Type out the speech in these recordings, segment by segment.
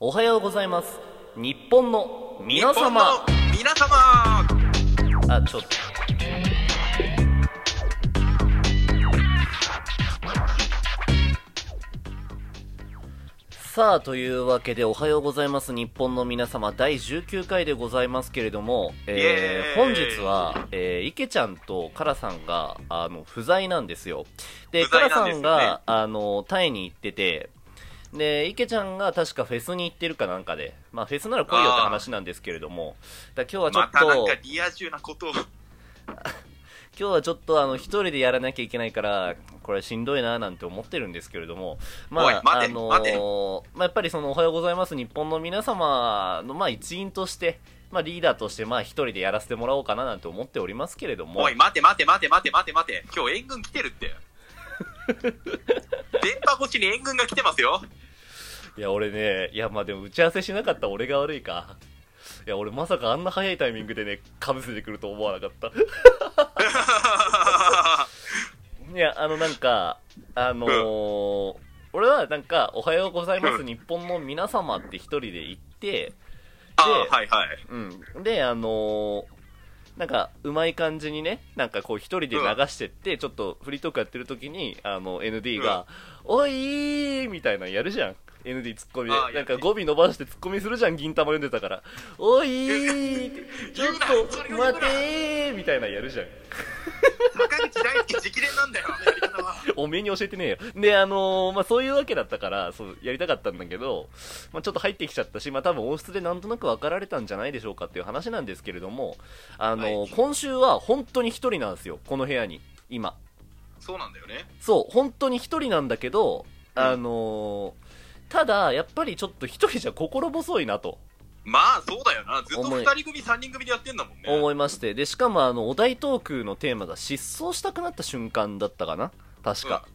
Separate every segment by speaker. Speaker 1: おはようございます日本の皆
Speaker 2: 日本の
Speaker 1: 様
Speaker 2: 皆様
Speaker 1: あちょっとさあというわけで「おはようございます日本の皆様」第19回でございますけれども、えー
Speaker 2: イエ
Speaker 1: 本
Speaker 2: ーイ
Speaker 1: 日は、えー、池ちゃんとカラさんがあの不在なんですよで
Speaker 2: 不
Speaker 1: カ
Speaker 2: 在
Speaker 1: ラ
Speaker 2: な
Speaker 1: さ
Speaker 2: んですよ
Speaker 1: ん
Speaker 2: ね
Speaker 1: があのタイに行っててで池ちゃんが確かフェスに行ってるかなんかで、まあ、フェスなら来いよって話なんですけれどもだから今日は
Speaker 2: ま
Speaker 1: ち
Speaker 2: た
Speaker 1: ょっ
Speaker 2: な
Speaker 1: と、
Speaker 2: んかリア充なことを
Speaker 1: 今日はちょっとあの一人でやらなきゃいけないからこれしんどいななんて思ってるんですけれどもま
Speaker 2: おい
Speaker 1: あ
Speaker 2: 待て
Speaker 1: あの
Speaker 2: 待て
Speaker 1: ーまあ、やっぱりその「おはようございます日本の皆様」のまあ一員として、まあ、リーダーとしてまあ一人でやらせてもらおうかななんて思っておりますけれども
Speaker 2: おい待て待て待て待て待て待て今日援軍来てるって 電波越しに援軍が来てますよ
Speaker 1: いや俺ねいやまあでも打ち合わせしなかった俺が悪いかいや俺まさかあんな早いタイミングでねかぶせてくると思わなかった いや、あの、なんか、あのー俺はなんか、おはようございま
Speaker 2: う
Speaker 1: す、日本の皆様って一人で行って、
Speaker 2: あーはいはい
Speaker 1: うん。で、あのーなんか、うまい感じにね、なんかこう一人で流してって、ちょっとフリートークやってる時に、あの、ND が、おいーみたいなのやるじゃん。ND ツッコミ
Speaker 2: あー
Speaker 1: で。な
Speaker 2: や
Speaker 1: ん
Speaker 2: って
Speaker 1: か語尾伸ばしてツッコミするじゃん、銀玉読んでたから。おいーって、ちょ
Speaker 2: 言うなそ
Speaker 1: っ
Speaker 2: れ
Speaker 1: と
Speaker 2: を言うな
Speaker 1: 待てーみたいなのやるじゃん。
Speaker 2: 坂口大輔直伝なんだよあのやり方は
Speaker 1: おめえに教えてねえよ。で、あのーまあ、そういうわけだったから、そう、やりたかったんだけど、まあ、ちょっと入ってきちゃったし、まあ、多分音質でなんとなく分かられたんじゃないでしょうかっていう話なんですけれども、あのー
Speaker 2: はい
Speaker 1: 今週は本当に一人なんですよ、この部屋に、今。
Speaker 2: そうなんだよね
Speaker 1: そう、本当に一人なんだけど、
Speaker 2: うん
Speaker 1: あのーただ、やっぱりちょっと一人じゃ心細いなと
Speaker 2: まあそうだよなずっと
Speaker 1: 重い
Speaker 2: 2人組3人組でやってんだもんね
Speaker 1: 思いまして、で、しかもあの、お題トークのテーマが失踪したくなった瞬間だったかな確か。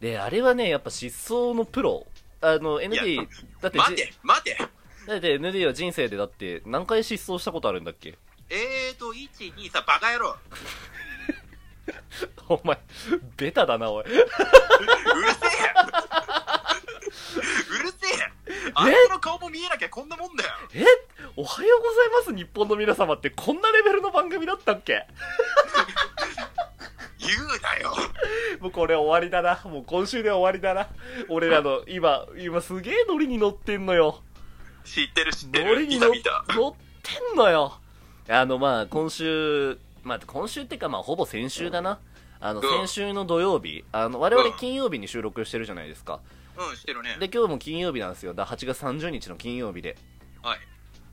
Speaker 1: で、あれはね、やっぱ失踪のプロ、あの、
Speaker 2: い
Speaker 1: ND
Speaker 2: や、
Speaker 1: だってじ
Speaker 2: 待て待て
Speaker 1: だって ND は人生でだって何回失踪したことあるんだっけ
Speaker 2: えーと123バカ野郎
Speaker 1: お前ベタだなおい
Speaker 2: うるせ えうるせえあいつの顔も見えなきゃこんなもんだよ
Speaker 1: えおはようございます日本の皆様ってこんなレベルの番組だったっけ
Speaker 2: 言うなよ
Speaker 1: もうこれ終わりだなもう今週で終わりだな俺らの今今すげえノリに乗ってんのよ
Speaker 2: 知ってる知って
Speaker 1: ノ
Speaker 2: る
Speaker 1: リに
Speaker 2: 見
Speaker 1: 乗っ
Speaker 2: た見た
Speaker 1: 乗ってんのよあのまあ今週まあ今週ってかまあほぼ先週だなあの
Speaker 2: うん
Speaker 1: 先週の土曜日あの我々
Speaker 2: うん
Speaker 1: 金曜日に収録してるじゃないですか
Speaker 2: うん知ってるね
Speaker 1: で今日も金曜日なんですよだ8月30日の金曜日で
Speaker 2: はい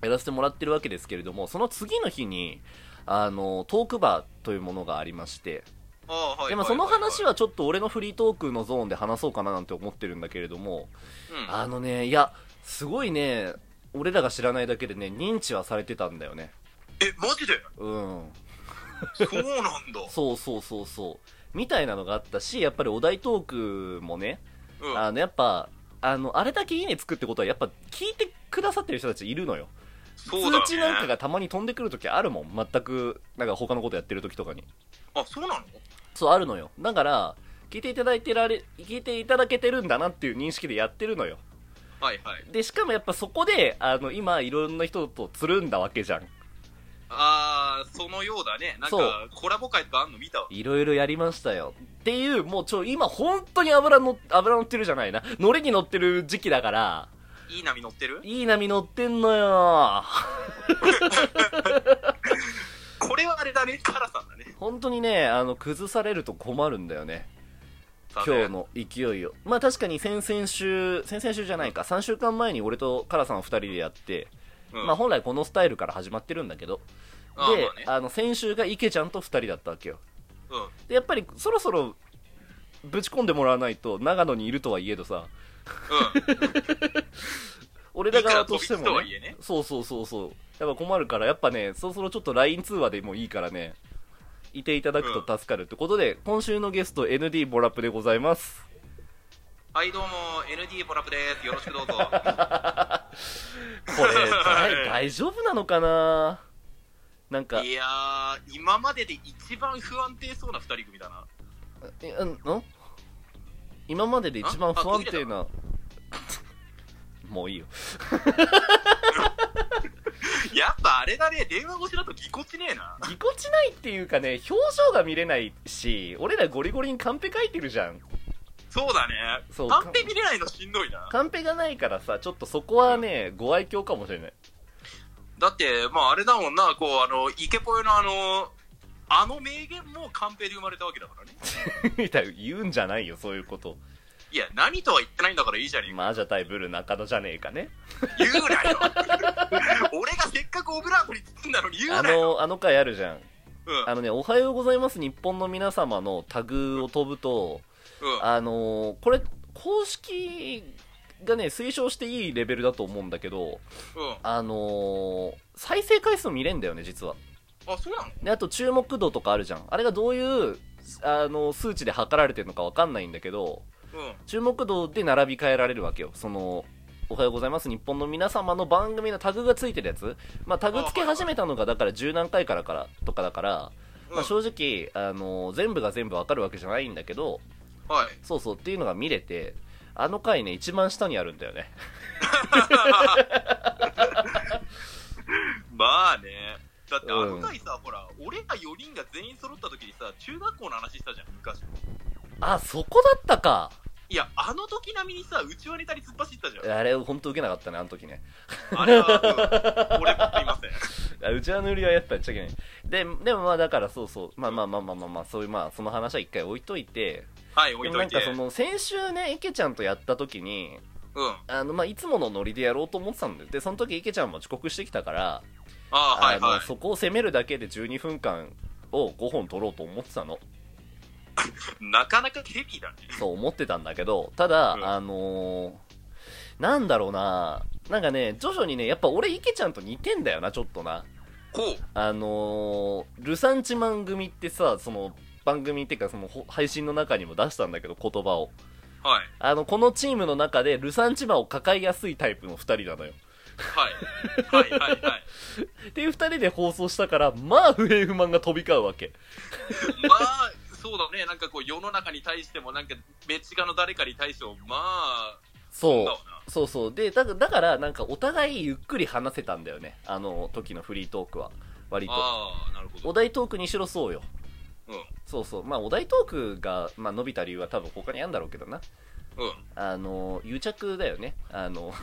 Speaker 1: やらせてもらってるわけですけれどもその次の日にあのトークバーというものがありまして
Speaker 2: ああはい
Speaker 1: でもその話
Speaker 2: は
Speaker 1: はちょっと俺のフリートークのゾーンで話そうかななんて思ってるんだけれども
Speaker 2: いはいはい
Speaker 1: あのねいやすごいね俺らが知らないだけでね認知はされてたんだよね
Speaker 2: うんえマジで
Speaker 1: うん
Speaker 2: そうなんだ
Speaker 1: そうそうそうそうみたいなのがあったしやっぱりお題トークもね
Speaker 2: うん
Speaker 1: あのやっぱあのあれだけいいねつくってことはやっぱ聞いてくださってる人たちいるのよ
Speaker 2: そうだ
Speaker 1: 通知なんか
Speaker 2: ね
Speaker 1: がたまに飛んでくるときあるもん全くなんか他のことやってるときとかに
Speaker 2: あそうなの
Speaker 1: そうあるのよだから聞いていただいてられ聞いていただけてるんだなっていう認識でやってるのよ
Speaker 2: はいはい
Speaker 1: でしかもやっぱそこであの今いろんな人とつるんだわけじゃん
Speaker 2: ああそのようだねなん
Speaker 1: そ
Speaker 2: か
Speaker 1: う
Speaker 2: コラボ会とかあんの見たわ
Speaker 1: いろいろやりましたよっていうもうちょ今本当に油の油乗ってるじゃないな乗りに乗ってる時期だから
Speaker 2: いい波乗ってる
Speaker 1: いい波乗ってんのよ
Speaker 2: これはあれだねカラさんだね
Speaker 1: 本当にねあの崩されると困るんだよね
Speaker 2: さあね
Speaker 1: 今日の勢いをまあ確かに先々週先々週じゃないか3週間前に俺とカラさん2人でやって、
Speaker 2: うん
Speaker 1: まあ本来このスタイルから始まってるんだけどで
Speaker 2: あ
Speaker 1: あ、
Speaker 2: ーまあね
Speaker 1: の先週が池ちゃんと2人だったわけよ
Speaker 2: うん
Speaker 1: でやっぱりそろそろぶち込んでもらわないと長野にいるとはいえどさ
Speaker 2: うん
Speaker 1: 俺ら側として
Speaker 2: いい
Speaker 1: も
Speaker 2: から飛びつとはいえ
Speaker 1: ね
Speaker 2: ね
Speaker 1: そうそうそうそうやっぱ困るからやっぱねそろそろちょっと LINE 通話でもいいからねいていただくと助かるってことで、今週のゲスト ND ボラップでございます
Speaker 2: はいどうも ND ボラップですよろしくどうぞ
Speaker 1: こ れ大大丈夫なのかななんか
Speaker 2: いやー今までで一番不安定そうな二人組だな
Speaker 1: えうんん今までで一番不安定な もういいよ。
Speaker 2: やっぱあれだね、電話越しだとぎこちねえな。
Speaker 1: ぎこちないっていうかね、表情が見れないし、俺らゴリゴリにカンペ書いてるじゃん。
Speaker 2: そうだね。
Speaker 1: そう
Speaker 2: カンペ見れないのしんどいな。
Speaker 1: カンペがないからさ、ちょっとそこはね、ご愛嬌かもしれない。
Speaker 2: だって、まああれだもんな、こう、あの、イケポエのあの、あの名言もカンペで生まれたわけだから ね。
Speaker 1: みたいな言うんじゃないよ、そういうこと。
Speaker 2: いや、何とは言ってないんだからいいじゃねえか。
Speaker 1: マージャ対ブル中野じゃねえかね。
Speaker 2: 言うな よ。俺がせっかくオブラートに包んだのに言
Speaker 1: あ
Speaker 2: うなよ。
Speaker 1: の、あの回あるじゃん。
Speaker 2: うん。
Speaker 1: あのね、おはようございます日本の皆様のタグを飛ぶと、
Speaker 2: うん。
Speaker 1: あのーこれ、公式がね、推奨していいレベルだと思うんだけど、
Speaker 2: うん。
Speaker 1: あのー再生回数見れんだよね、実は。
Speaker 2: あ、そうなの
Speaker 1: で、あと注目度とかあるじゃん。あれがどういう、あの、数値で測られてるのかわかんないんだけど、
Speaker 2: うん。
Speaker 1: 注目度で並び替えられるわけよ。その、おはようございます。日本の皆様の番組のタグがついてるやつ。まあ、タグ付け始めたのが、だから十何回からから、とかだから、まあ、
Speaker 2: う
Speaker 1: 正直、あの、全部が全部わかるわけじゃないんだけど、
Speaker 2: ん。はい。
Speaker 1: そうそうっていうのが見れて、あの回ね、一番下にあるんだよね。
Speaker 2: まあね。だってあ
Speaker 1: うん
Speaker 2: の回さ、ほら、俺ら4人が全員揃った時にさ、中学校の話したじゃん、昔。
Speaker 1: あ、そこだったか。
Speaker 2: いや、あの時並みにさ、うちわネタに突っ走ったじゃん。
Speaker 1: あれ、ほんと受けなかったね、あの時ね。
Speaker 2: あれは、 うん、俺もっていません。
Speaker 1: あうちは塗りはやっぱやっちゃいけないででもまあだからそうそうまあまあまあまあまあ、まあ、そういうまあその話は一回置いといて
Speaker 2: はい、
Speaker 1: で
Speaker 2: 置い
Speaker 1: も
Speaker 2: と
Speaker 1: ないん
Speaker 2: て。
Speaker 1: かその先週ね池ちゃんとやった時に
Speaker 2: うん。あ
Speaker 1: あのまあいつものノリでやろうと思ってたんだよでその時池ちゃんも遅刻してきたから
Speaker 2: あ、はい
Speaker 1: あ
Speaker 2: は
Speaker 1: のそこを責めるだけで12分間を5本取ろうと思ってたの
Speaker 2: い。なかなかヘビーだね。
Speaker 1: そう思ってたんだけどただ、
Speaker 2: うん
Speaker 1: あのーなんだろうななんかね徐々にねやっぱ俺池ちゃんと似てんだよなちょっとな
Speaker 2: こう。
Speaker 1: あのー、ルサンチマン組ってさ、その、番組っていうか、その、ほ配信の中にも出したんだけど、言葉を。
Speaker 2: はい。
Speaker 1: あの、このチームの中で、ルサンチマンを抱えやすいタイプの二人なのよ。
Speaker 2: はい。はいはいはい。
Speaker 1: っていう二人で放送したから、まあ、不平不満が飛び交うわけ。
Speaker 2: まあ、そうだね。なんかこう、世の中に対しても、なんか、別がの誰かに対しても、まあ、
Speaker 1: そ
Speaker 2: そう
Speaker 1: う。そうそう。で、だだから、なんか、お互いゆっくり話せたんだよね。あの、時のフリートークは。割と。
Speaker 2: ああ、なるほ
Speaker 1: お
Speaker 2: ど。
Speaker 1: 題トークにしろそうよ。
Speaker 2: うん。
Speaker 1: そうそう。まあ、お題トークが、まあ、伸びた理由は多分他にあるんだろうけどな。
Speaker 2: うん。
Speaker 1: あの、癒着だよね。あの、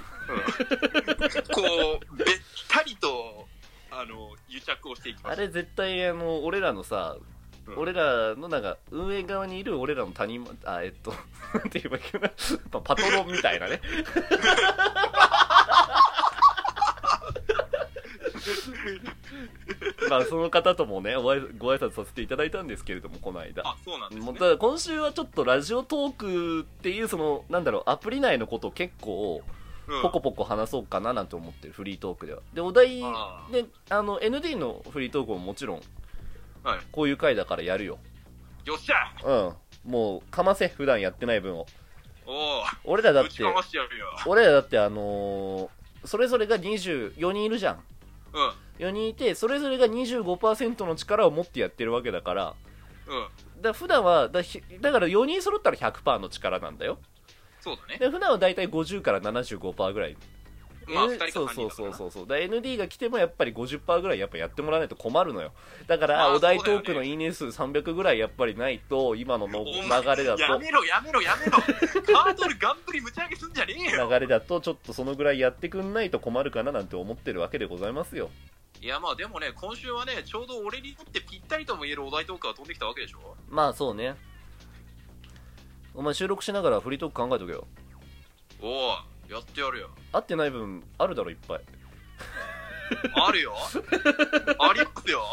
Speaker 2: こう、べったりと、あの、癒着をしていきま
Speaker 1: あ
Speaker 2: す。
Speaker 1: れ絶対あの俺らのさ、
Speaker 2: うん
Speaker 1: 俺らのなんか運営側にいる俺らの他人あえっと なんて言えばいいかなまあパトロンみたいなね まあその方ともねおあいご挨拶させていただいたんですけれどもこの間
Speaker 2: あ、そうなんです
Speaker 1: もう
Speaker 2: ね
Speaker 1: た。だ今週はちょっとラジオトークっていうそのなんだろうアプリ内のことを結構
Speaker 2: うん
Speaker 1: ポコポコ話そうかななんて思ってるフリートークではでお題
Speaker 2: あ
Speaker 1: であの ND のフリートークももちろん
Speaker 2: は
Speaker 1: こういう回だからやるよ
Speaker 2: い。よっしゃ
Speaker 1: うんもうかませ普段やってない分を
Speaker 2: おお
Speaker 1: 俺らだっ
Speaker 2: ぶ
Speaker 1: て
Speaker 2: ちかましてやるよ。
Speaker 1: 俺らだってあのーそれぞれが24人いるじゃん
Speaker 2: う
Speaker 1: 4人いてそれぞれが25%の力を持ってやってるわけだから
Speaker 2: ん。うん。
Speaker 1: だから普段はだひだから4人揃ったら100%の力なんだよ
Speaker 2: そうだね。
Speaker 1: で普段は大体50から75%ぐらい、
Speaker 2: まあ、
Speaker 1: N-
Speaker 2: 二人か
Speaker 1: そう
Speaker 2: 三人
Speaker 1: そう
Speaker 2: だから
Speaker 1: そう
Speaker 2: な
Speaker 1: そうそうだから ND が来てもやっぱり50%ぐらいやっぱやってもらわないと困るのよだから、
Speaker 2: まあ
Speaker 1: お題
Speaker 2: そう
Speaker 1: ト
Speaker 2: だよ
Speaker 1: ーク
Speaker 2: ね
Speaker 1: のいいね数300ぐらいやっぱりないと今のの
Speaker 2: お前
Speaker 1: 流れだと
Speaker 2: やめろやめろや めろハードルガンプリ無茶上げすんじゃねえよ
Speaker 1: 流れだとちょっとそのぐらいやってくんないと困るかななんて思ってるわけでございますよ
Speaker 2: いやまあでもね今週はねちょうど俺にとってぴったりとも言えるお題トークが飛んできたわけでしょ
Speaker 1: まあそうねお前収録しながらフリートーク考えとけよ
Speaker 2: おおやってやるよ
Speaker 1: 合ってない分あるだろいっぱい
Speaker 2: あ るよありますよ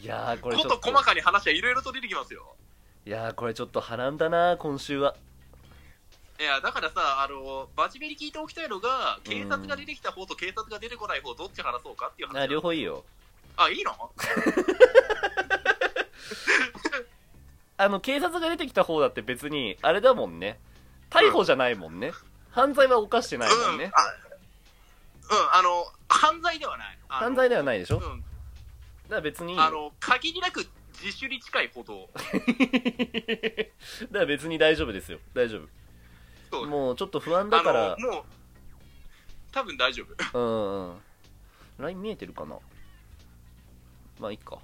Speaker 1: いやーこれち
Speaker 2: こ
Speaker 1: ょっと
Speaker 2: と細かに話はいろいろと出てきますよ
Speaker 1: いやーこれちょっと波乱だな今週はい
Speaker 2: やだからさあのバチベリ聞いておきたいのが警察が出てきた方と警察が出てこない方どっち話そうかっていう話
Speaker 1: あ両方いいよ
Speaker 2: あいいの
Speaker 1: あの警察が出てきた方だって別にあれだもんね逮捕じゃないもんね、犯罪は犯してないもん
Speaker 2: うん
Speaker 1: ね、
Speaker 2: あうんあの犯罪ではないあの
Speaker 1: 犯罪ではないでしょ
Speaker 2: う
Speaker 1: だか
Speaker 2: ん
Speaker 1: ら別にいいよ
Speaker 2: あの、限りなく自主に近いほど。
Speaker 1: だから別に大丈夫ですよ大丈
Speaker 2: そ
Speaker 1: 夫
Speaker 2: う
Speaker 1: もうちょっと不安
Speaker 2: あ
Speaker 1: だ
Speaker 2: の
Speaker 1: から
Speaker 2: もう、多分大丈夫。
Speaker 1: うんうんライン見えてるかなまあいいか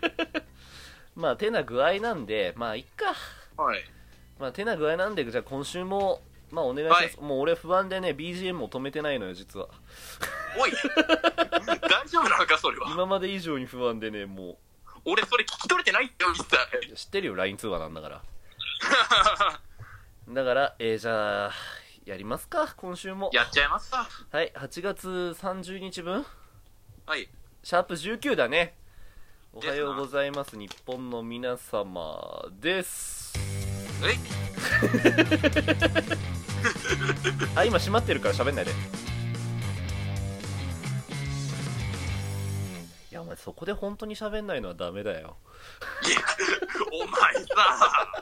Speaker 1: まあ手な具合なんでまあいっか
Speaker 2: はい。
Speaker 1: まあ手な具合なんでじゃあ今週もまあお願いします、
Speaker 2: はい
Speaker 1: もう俺不安でね BGM も止めてないのよ実は
Speaker 2: おい大丈夫なのか、それは。
Speaker 1: 今まで以上に不安でねも
Speaker 2: 俺、それ聞き取れてないってよ、一切。
Speaker 1: う知ってるよ LINE 通話なんだ からだからえー、じゃあやりますか今週も
Speaker 2: やっちゃいますか。
Speaker 1: はい8月30日分
Speaker 2: はい。
Speaker 1: シャープ19だねおはよう
Speaker 2: ですな
Speaker 1: ございます日本の皆様です
Speaker 2: えい
Speaker 1: あ今閉まってるから喋んないでいやお前そこで本当に喋んないのはダメだよ
Speaker 2: お前さ